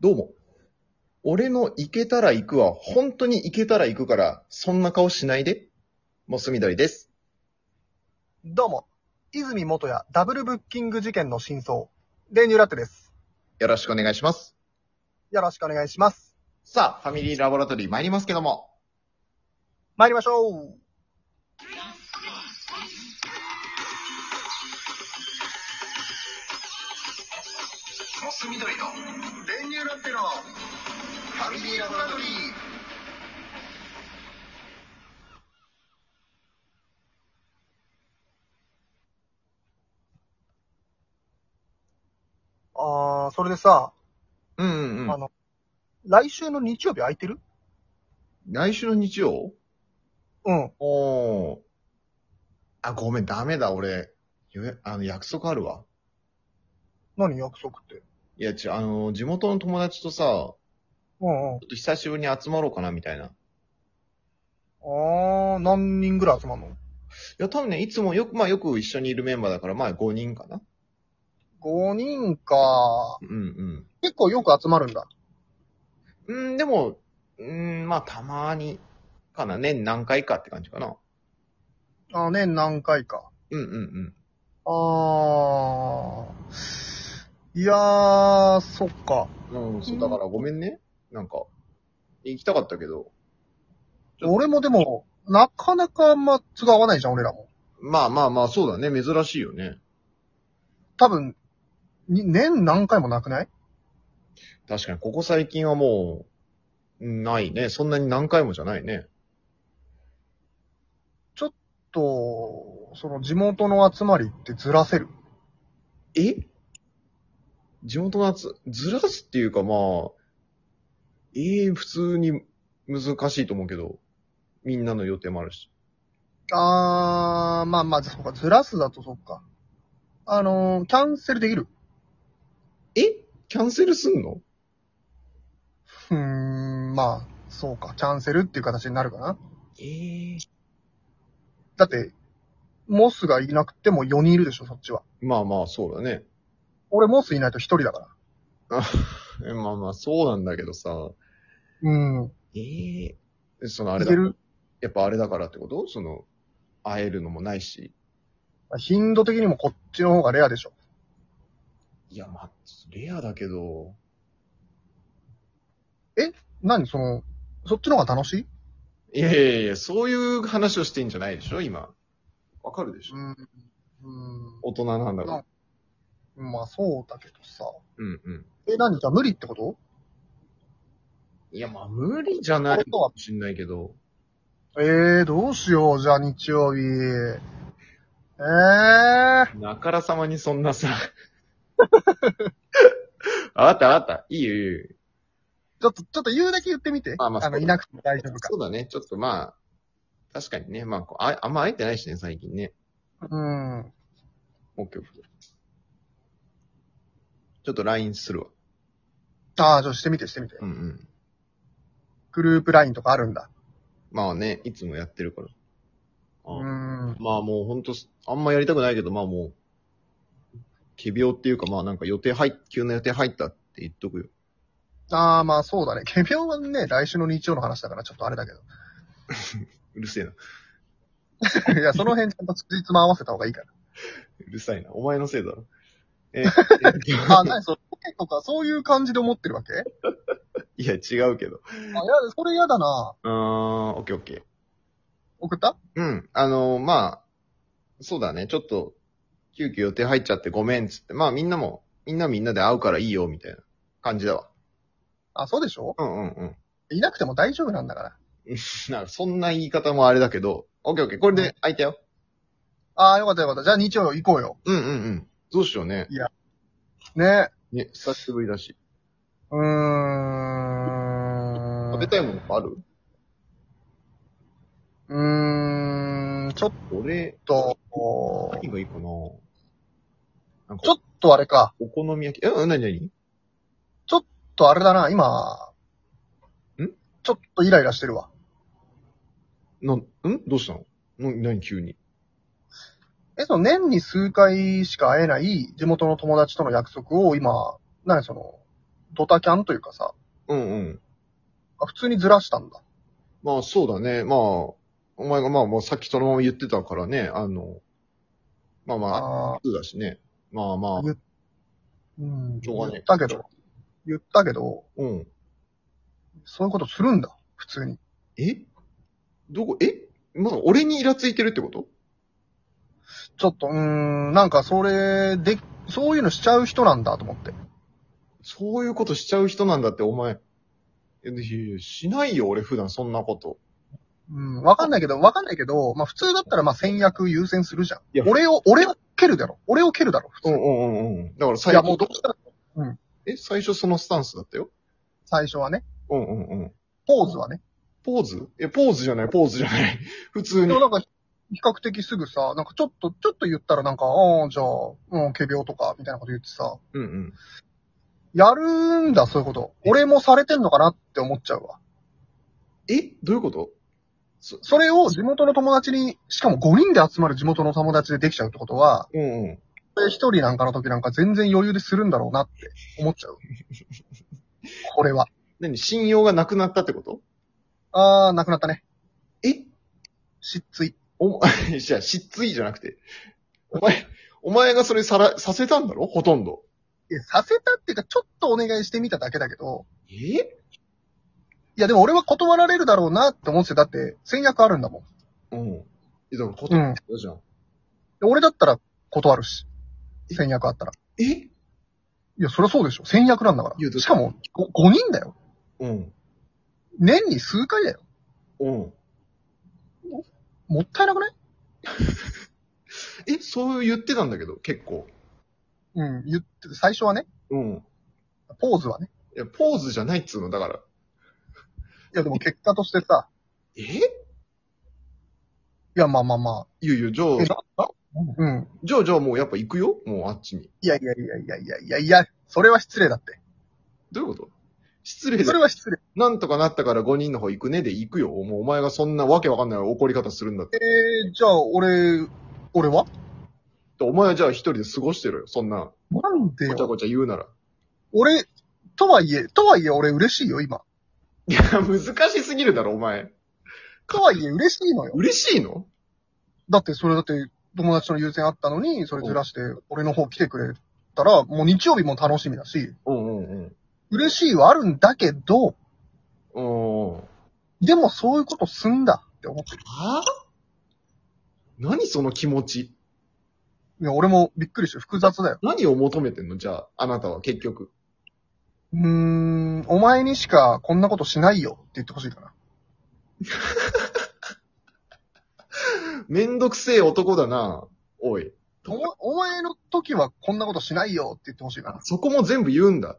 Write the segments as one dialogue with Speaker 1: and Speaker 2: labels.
Speaker 1: どうも。俺の行けたら行くは、本当に行けたら行くから、そんな顔しないで。モスみどりです。
Speaker 2: どうも、泉元也ダブルブッキング事件の真相、レイニューラッテです。
Speaker 1: よろしくお願いします。
Speaker 2: よろしくお願いします。
Speaker 1: さあ、ファミリーラボラトリー参りますけども。
Speaker 2: 参りましょう
Speaker 3: モス緑の練乳ラッテのファミリーラボラトリー。
Speaker 2: あー、それでさ、
Speaker 1: うんうんう
Speaker 2: あ
Speaker 1: ん。
Speaker 2: の、来週の日曜日空いてる
Speaker 1: 来週の日曜
Speaker 2: うん。
Speaker 1: おー。あ、ごめん、ダメだ、俺。ゆえあの、約束あるわ。
Speaker 2: 何約束って。
Speaker 1: いや、ちあの、地元の友達とさ、ちょ
Speaker 2: うんうん。
Speaker 1: っと久しぶりに集まろうかな、みたいな。い
Speaker 2: あー、何人ぐらい集まんの
Speaker 1: や、多分ね、いつもよく、まあよく一緒にいるメンバーだから、まあ5人かな。
Speaker 2: ?5 人か。
Speaker 1: うんうん。
Speaker 2: 結構よく集まるんだ。
Speaker 1: うん、でも、うん、まあ、たまに、かな。年何回かって感じかな。
Speaker 2: あー、年何回か。
Speaker 1: うんうんうん。
Speaker 2: あー。いやー、そっか。
Speaker 1: うん、そう、だからごめんね。なんか、行きたかったけど。
Speaker 2: 俺もでも、なかなかあんまつが合わないじゃん、俺らも。
Speaker 1: まあまあまあ、そうだね。珍しいよね。
Speaker 2: 多分、に年何回もなくない
Speaker 1: 確かに、ここ最近はもう、うんないね。そんなに何回もじゃないね。
Speaker 2: と、その地元の集まりってずらせる。
Speaker 1: え地元のやつ、ずらすっていうかまあ、ええ普通に難しいと思うけど、みんなの予定もあるし。
Speaker 2: あー、まあまあ、そっか、ずらすだとそっか。あのー、キャンセルできる。
Speaker 1: えキャンセルすんの
Speaker 2: うーん、まあ、そうか、キャンセルっていう形になるかな。
Speaker 1: ええ
Speaker 2: だって、モスがいなくても4人いるでしょ、そっちは。
Speaker 1: まあまあ、そうだね。
Speaker 2: 俺、モスいないと1人だから。
Speaker 1: えまあまあ、そうなんだけどさ。
Speaker 2: うん。
Speaker 1: ええそのあれ
Speaker 2: い
Speaker 1: だ
Speaker 2: け。る
Speaker 1: やっぱあれだからってことその、会えるのもないし。
Speaker 2: 頻度的にもこっちの方がレアでしょ。
Speaker 1: いや、まあ、レアだけど。
Speaker 2: 何その、そっちの方が楽しい
Speaker 1: いやいやいや、そういう話をしてんじゃないでしょ今。わかるでしょ
Speaker 2: ん。うん。
Speaker 1: 大人なんだから。
Speaker 2: まあ、そうだけどさ。
Speaker 1: うんうん。
Speaker 2: え、何じゃあ無理ってこと
Speaker 1: いや、まあ、無理じゃない
Speaker 2: 本当は
Speaker 1: かもしんないけど。
Speaker 2: ええー、どうしよう、じゃあ日曜日。ええー、
Speaker 1: なからさまにそんなさ。 あわかったわかった。いいよいいよいいよ。
Speaker 2: ちょっと、ちょっと言うだけ言ってみて。
Speaker 1: あまあそ
Speaker 2: の、
Speaker 1: うだ
Speaker 2: いなくても大丈夫か。
Speaker 1: そうだね。ちょっとまあ、確かにね。まあこう、ああんま会えてないしね、最近ね。
Speaker 2: うん。
Speaker 1: オッケーオッケー。ちょっと LINE するわ。
Speaker 2: ああ、ちょっとしてみて、してみて。
Speaker 1: うんうん。
Speaker 2: グループラインとかあるんだ。
Speaker 1: まあね、いつもやってるから。あ
Speaker 2: うん。
Speaker 1: まあもうほんと、あんまやりたくないけど、まあもう、仮病っていうか、まあなんか予定入っ、急な予定入ったって言っとくよ。
Speaker 2: ああ、まあそうだね。ケビオはね、来週の日曜の話だからちょっとあれだけ
Speaker 1: うるせえな。
Speaker 2: ど。いや、その辺ちゃんとつじつま合わせた方がいいから。
Speaker 1: うるさいな。お前のせいだろ。え、
Speaker 2: ああ、何それ、ポケとかそういう感じで思ってるわけあ、い
Speaker 1: いや、違うけど。
Speaker 2: や、それやだな。
Speaker 1: うーん、オッケーオッケー。
Speaker 2: 送った
Speaker 1: うん。あのまあ、そうだね。ちょっと、急遽予定入っちゃってごめんっつって。まあみんなも、みんなみんなで会うからいいよ、みたいな感じだわ。
Speaker 2: あ、そうでしょ
Speaker 1: うんうんうん。
Speaker 2: いなくても大丈夫なんだから。
Speaker 1: なんかそんな言い方もあれだけど、オッケーオッケー、これで空いたよ。
Speaker 2: ああ、よかったよかった。じゃあ日曜行こうよ。
Speaker 1: うんうんうん。どうしようね。
Speaker 2: ね。
Speaker 1: ね、久しぶりだし。
Speaker 2: うーん。
Speaker 1: 食べたいものある
Speaker 2: うーん、ちょっ
Speaker 1: 俺、
Speaker 2: と、
Speaker 1: 何がいいかななん
Speaker 2: ち
Speaker 1: か
Speaker 2: ょっ、とあれか、
Speaker 1: お好み焼き、え、なになに
Speaker 2: ちょっとあれだな、今、
Speaker 1: ん
Speaker 2: ちょっとイライラしてるわ。
Speaker 1: なん、んどうしたのな、なに急に。
Speaker 2: え、その年に数回しか会えない地元の友達との約束を今、何その、ドタキャンというかさ、
Speaker 1: うんうん。
Speaker 2: あ普通にずらしたんだ。
Speaker 1: まあそうだね。まあ、お前がまあもうさっきそのまま言ってたからね、あの、まあまあ、
Speaker 2: ああ
Speaker 1: 普通だしね。まあまあ
Speaker 2: 言、ー、うん。
Speaker 1: しょうがね
Speaker 2: 言ったけど、言ったけど、
Speaker 1: うん。
Speaker 2: そういうことするんだ。普通に。
Speaker 1: えどこ、えまあ俺にイラついてるってこと
Speaker 2: ちょっと、うーん、なんかそれで、そういうのしちゃう人なんだと思って。
Speaker 1: そういうことしちゃう人なんだって、お前。えいやいやしないよ、俺普段そんなこと。
Speaker 2: うん、わかんないけど、わかんないけど、まあ普通だったらまあ戦略優先するじゃん
Speaker 1: いや。
Speaker 2: 俺を、俺を蹴るだろ。俺を蹴るだろ、普通。
Speaker 1: うんうんうんうん。だから
Speaker 2: い
Speaker 1: 最
Speaker 2: やもうど
Speaker 1: 初
Speaker 2: う、したら、
Speaker 1: え、最初そのスタンスだったよ。
Speaker 2: 最初はね、
Speaker 1: うんうんうん。
Speaker 2: ポーズはね。
Speaker 1: ポーズえ、ポーズじゃない、ポーズじゃない。 普通
Speaker 2: で
Speaker 1: に
Speaker 2: も。なんか、比較的すぐさ、なんかちょっと、ちょっと言ったらなんか、ああ、じゃあ、うん、仮病とか、みたいなこと言ってさ、
Speaker 1: うんうん。
Speaker 2: やるんだ、そういうこと。俺もされてんのかなって思っちゃうわ。
Speaker 1: えどういうこと
Speaker 2: それを地元の友達に、しかも5人で集まる地元の友達でできちゃうってことは、
Speaker 1: うんうん。
Speaker 2: 1人なんかの時なんか全然余裕でするんだろうなって思っちゃう。これは。
Speaker 1: 何信用がなくなったってこと
Speaker 2: あー、なくなったね。
Speaker 1: え
Speaker 2: 失墜。
Speaker 1: お 前、じゃあ失墜じゃなくて。お前、お前がそれさら、させたんだろほとんど。
Speaker 2: いや、させたっていうか、ちょっとお願いしてみただけだけど、
Speaker 1: え
Speaker 2: いや、でも俺は断られるだろうなって思ってて、だって、戦略あるんだも
Speaker 1: う
Speaker 2: ん。
Speaker 1: ん。え、だから断
Speaker 2: うん。
Speaker 1: ったじゃん。
Speaker 2: で俺だったら断るし。戦略あったら。
Speaker 1: え
Speaker 2: いや、そりゃそうでしょ。戦略なんだか
Speaker 1: いやだ
Speaker 2: ら。しかも、5人だよ。
Speaker 1: うん。
Speaker 2: 年に数回だよ。
Speaker 1: うん。
Speaker 2: もったいなくない
Speaker 1: え、そう言ってたんだけど、結構。
Speaker 2: うん。言ってて、最初はね、
Speaker 1: うん。
Speaker 2: ポーズはね。
Speaker 1: いや、ポーズじゃないっつうの、だから。
Speaker 2: いや、でも結果としてさ、
Speaker 1: え
Speaker 2: いや、まあまあま
Speaker 1: いやいや、じゃあ、
Speaker 2: え
Speaker 1: じゃあ
Speaker 2: あ。うん。
Speaker 1: じゃあ、じゃあもうやっぱ行くよもうあっちに。
Speaker 2: いやいやいやいやいやいやいや、それは失礼だって。
Speaker 1: どういうこと失礼
Speaker 2: そ
Speaker 1: だ
Speaker 2: れ。は失礼。
Speaker 1: なんとかなったから5人の方行くねで行くよ。もうお前がそんなわけわかんない怒り方するんだって。
Speaker 2: えー、じゃあ、俺、俺は
Speaker 1: お前はじゃあ一人で過ごしてろよ。そんな、
Speaker 2: なんで
Speaker 1: ごちゃ
Speaker 2: よ。
Speaker 1: ごちゃ言うなら。
Speaker 2: 俺、とはいえ、とはいえ俺嬉しいよ、今。
Speaker 1: いや、難しすぎるだろ、お前。
Speaker 2: とはいえ嬉しいのよ。
Speaker 1: 嬉しいの
Speaker 2: だって、それだって、友達との優先あったのに、それずらして、俺の方来てくれたら、もう日曜日も楽しみだし、
Speaker 1: うんうん
Speaker 2: 嬉しいはあるんだけど、
Speaker 1: うん。うん。は
Speaker 2: でもそういうことすんだって思ってる。
Speaker 1: ぁ何その気持ち
Speaker 2: いや、俺もびっくりして複雑だよ。
Speaker 1: 何を求めてんのじゃあ、あなたは結局。
Speaker 2: うーん、お前にしかこんなことしないよって言ってほしいかな。
Speaker 1: めんどくせえ男だなおい。
Speaker 2: お前お前の時はこんなことしないよって言ってほしいかな。
Speaker 1: そこも全部言うんだ。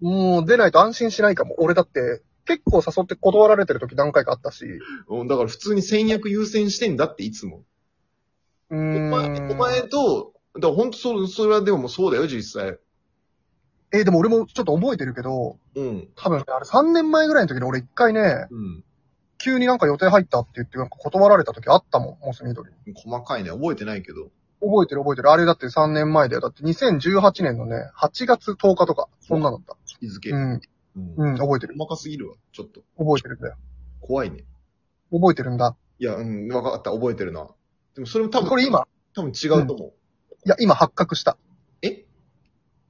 Speaker 2: もう出ないと安心しないかも。俺だって、結構誘って断られてる時何回かあったし。
Speaker 1: うん、だから普通に戦略優先してんだって、いつも。
Speaker 2: うー
Speaker 1: お
Speaker 2: ん。
Speaker 1: 前、お前と、だから本当そう、それはでももうそうだよ、実際。
Speaker 2: えーでも俺もちょっと覚えてるけど、
Speaker 1: うん。
Speaker 2: 多分ね、あれ3年前ぐらいの時に俺一回ね、
Speaker 1: うん。
Speaker 2: 急になんか予定入ったって言ってなんか断られた時あったもん、モス緑。
Speaker 1: 細かいね、覚えてないけど。
Speaker 2: 覚えてる覚えてる。あれだって3年前だよ。だって2018年のね、8月10日とか、そんなのだっ
Speaker 1: 日付。
Speaker 2: た。うん。
Speaker 1: うん
Speaker 2: うん、覚えてる。
Speaker 1: 細かすぎるわ、ちょっと。
Speaker 2: 覚えてるんだよ。
Speaker 1: 怖いね。
Speaker 2: 覚えてるんだ。
Speaker 1: いや、うん、わかった、覚えてるな。でもそれも多分、
Speaker 2: これ今、
Speaker 1: 多分違うと思う。
Speaker 2: いや、今発覚した。
Speaker 1: え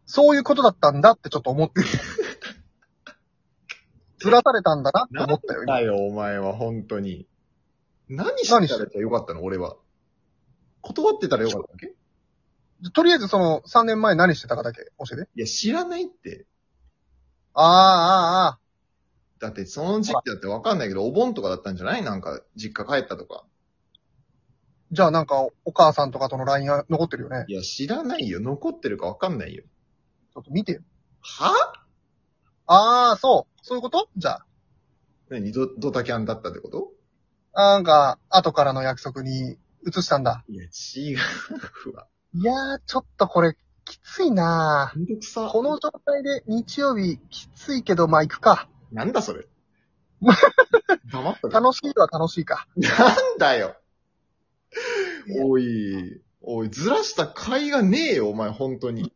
Speaker 2: そういうことだったんだってちょっと思 ってる。ずらされたんだなって思ったよ、今。
Speaker 1: だよ、お前は、本当に。何してたらよかったの俺は。断ってたらよかったわけい
Speaker 2: とりあえずその3年前何してたかだけ教えて。
Speaker 1: や、知らないって。
Speaker 2: ああ、ああ、ああ。
Speaker 1: だって、その時期だってわかんないけど、お盆とかだったんじゃないなんか、実家帰ったとか。
Speaker 2: じゃあなんかお母さんとかとの LINE が残ってるよね。
Speaker 1: いや、知らないよ。残ってるかわかんないよ。
Speaker 2: ちょっと見てよ。
Speaker 1: は
Speaker 2: ああ、そう。そういうことじゃあ。
Speaker 1: 何ドドタキャンだったってこと
Speaker 2: なんか、後からの約束に移したんだ。
Speaker 1: いや、違うわ。
Speaker 2: いやー、ちょっとこれ、きついな
Speaker 1: めんどくさ
Speaker 2: ー。この状態で日曜日、きついけど、まあ行くか。
Speaker 1: なんだそ れ。黙ったか
Speaker 2: 楽しいは楽しいか。
Speaker 1: なんだよ。おい、おい、ずらした甲斐がねえよ、お前、本当に。
Speaker 2: い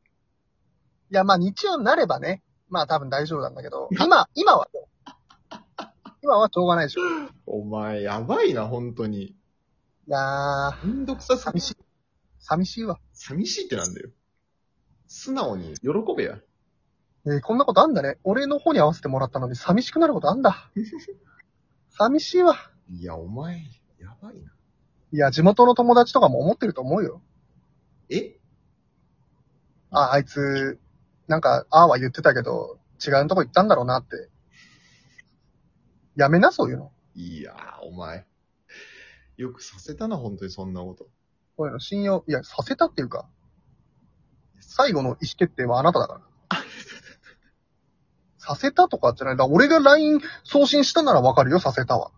Speaker 2: や、まあ日曜になればね、まあ多分大丈夫なんだけど、今、今は、今はしょうがないでしょ。い
Speaker 1: お前、やばいな、本当に。
Speaker 2: やー、
Speaker 1: めんどくささ
Speaker 2: 寂しい。寂しいわ。
Speaker 1: 寂しいってなんだよ。素直に喜べや。
Speaker 2: えーこんなことあんだね。俺の方に合わせてもらったのに寂しくなることあんだ。寂しいわ。
Speaker 1: いや、お前、やばいな。
Speaker 2: いや、地元の友達とかも思ってると思うよ。
Speaker 1: え
Speaker 2: あ、あいつ、なんか、ああは言ってたけど、違うとこ行ったんだろうなって。やめな、そういうの。
Speaker 1: いやー、お前。よくさせたな、本当にそんなこと。
Speaker 2: そういうの信用、いや、させたっていうか、最後の意思決定はあなただから。させたとかじゃない。だから俺が LINE 送信したならわかるよ、させたは。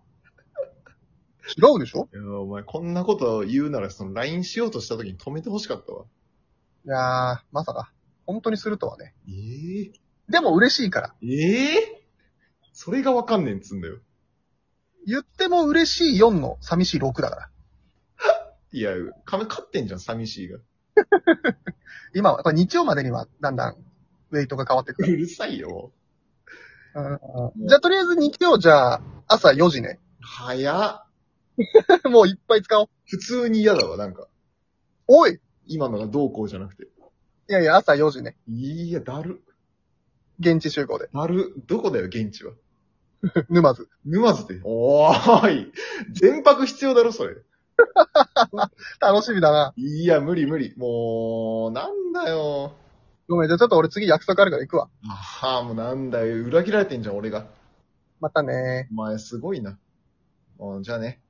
Speaker 2: 違うでしょ
Speaker 1: いやーお前、こんなこと言うなら、その LINE しようとした時に止めてほしかったわ。
Speaker 2: いやー、まさか。本当にするとはね。
Speaker 1: え
Speaker 2: でも嬉しいから。
Speaker 1: えええそれがわかんねえっつうんだよ。
Speaker 2: 言っても嬉しい4の寂しい6だから。
Speaker 1: いや、か勝ってんじゃん、寂しいが。
Speaker 2: 今は、やっぱ日曜までにはだんだんウェイトが変わってく
Speaker 1: う
Speaker 2: る。
Speaker 1: るさいよ。
Speaker 2: じゃあとりあえず日曜じゃあ朝4時ね。
Speaker 1: 早っ。
Speaker 2: もういっぱい使おう。
Speaker 1: 普通に嫌だわ、なんか。
Speaker 2: おい
Speaker 1: 今のがどうこうじゃなくて。
Speaker 2: いやいや、朝4時ね。
Speaker 1: いや、だる。
Speaker 2: 現地集合で。
Speaker 1: だる。どこだよ、現地は。
Speaker 2: 沼津。
Speaker 1: 沼津で。おーい。全泊必要だろ、それ。
Speaker 2: 楽しみだな。
Speaker 1: いや、無理無理。もう、なんだよ。
Speaker 2: ごめん、じゃあちょっと俺次約束あるから行くわ。
Speaker 1: ああ、もうなんだよ。裏切られてんじゃん、俺が。
Speaker 2: またねー。
Speaker 1: お前、すごいな。うんじゃあね。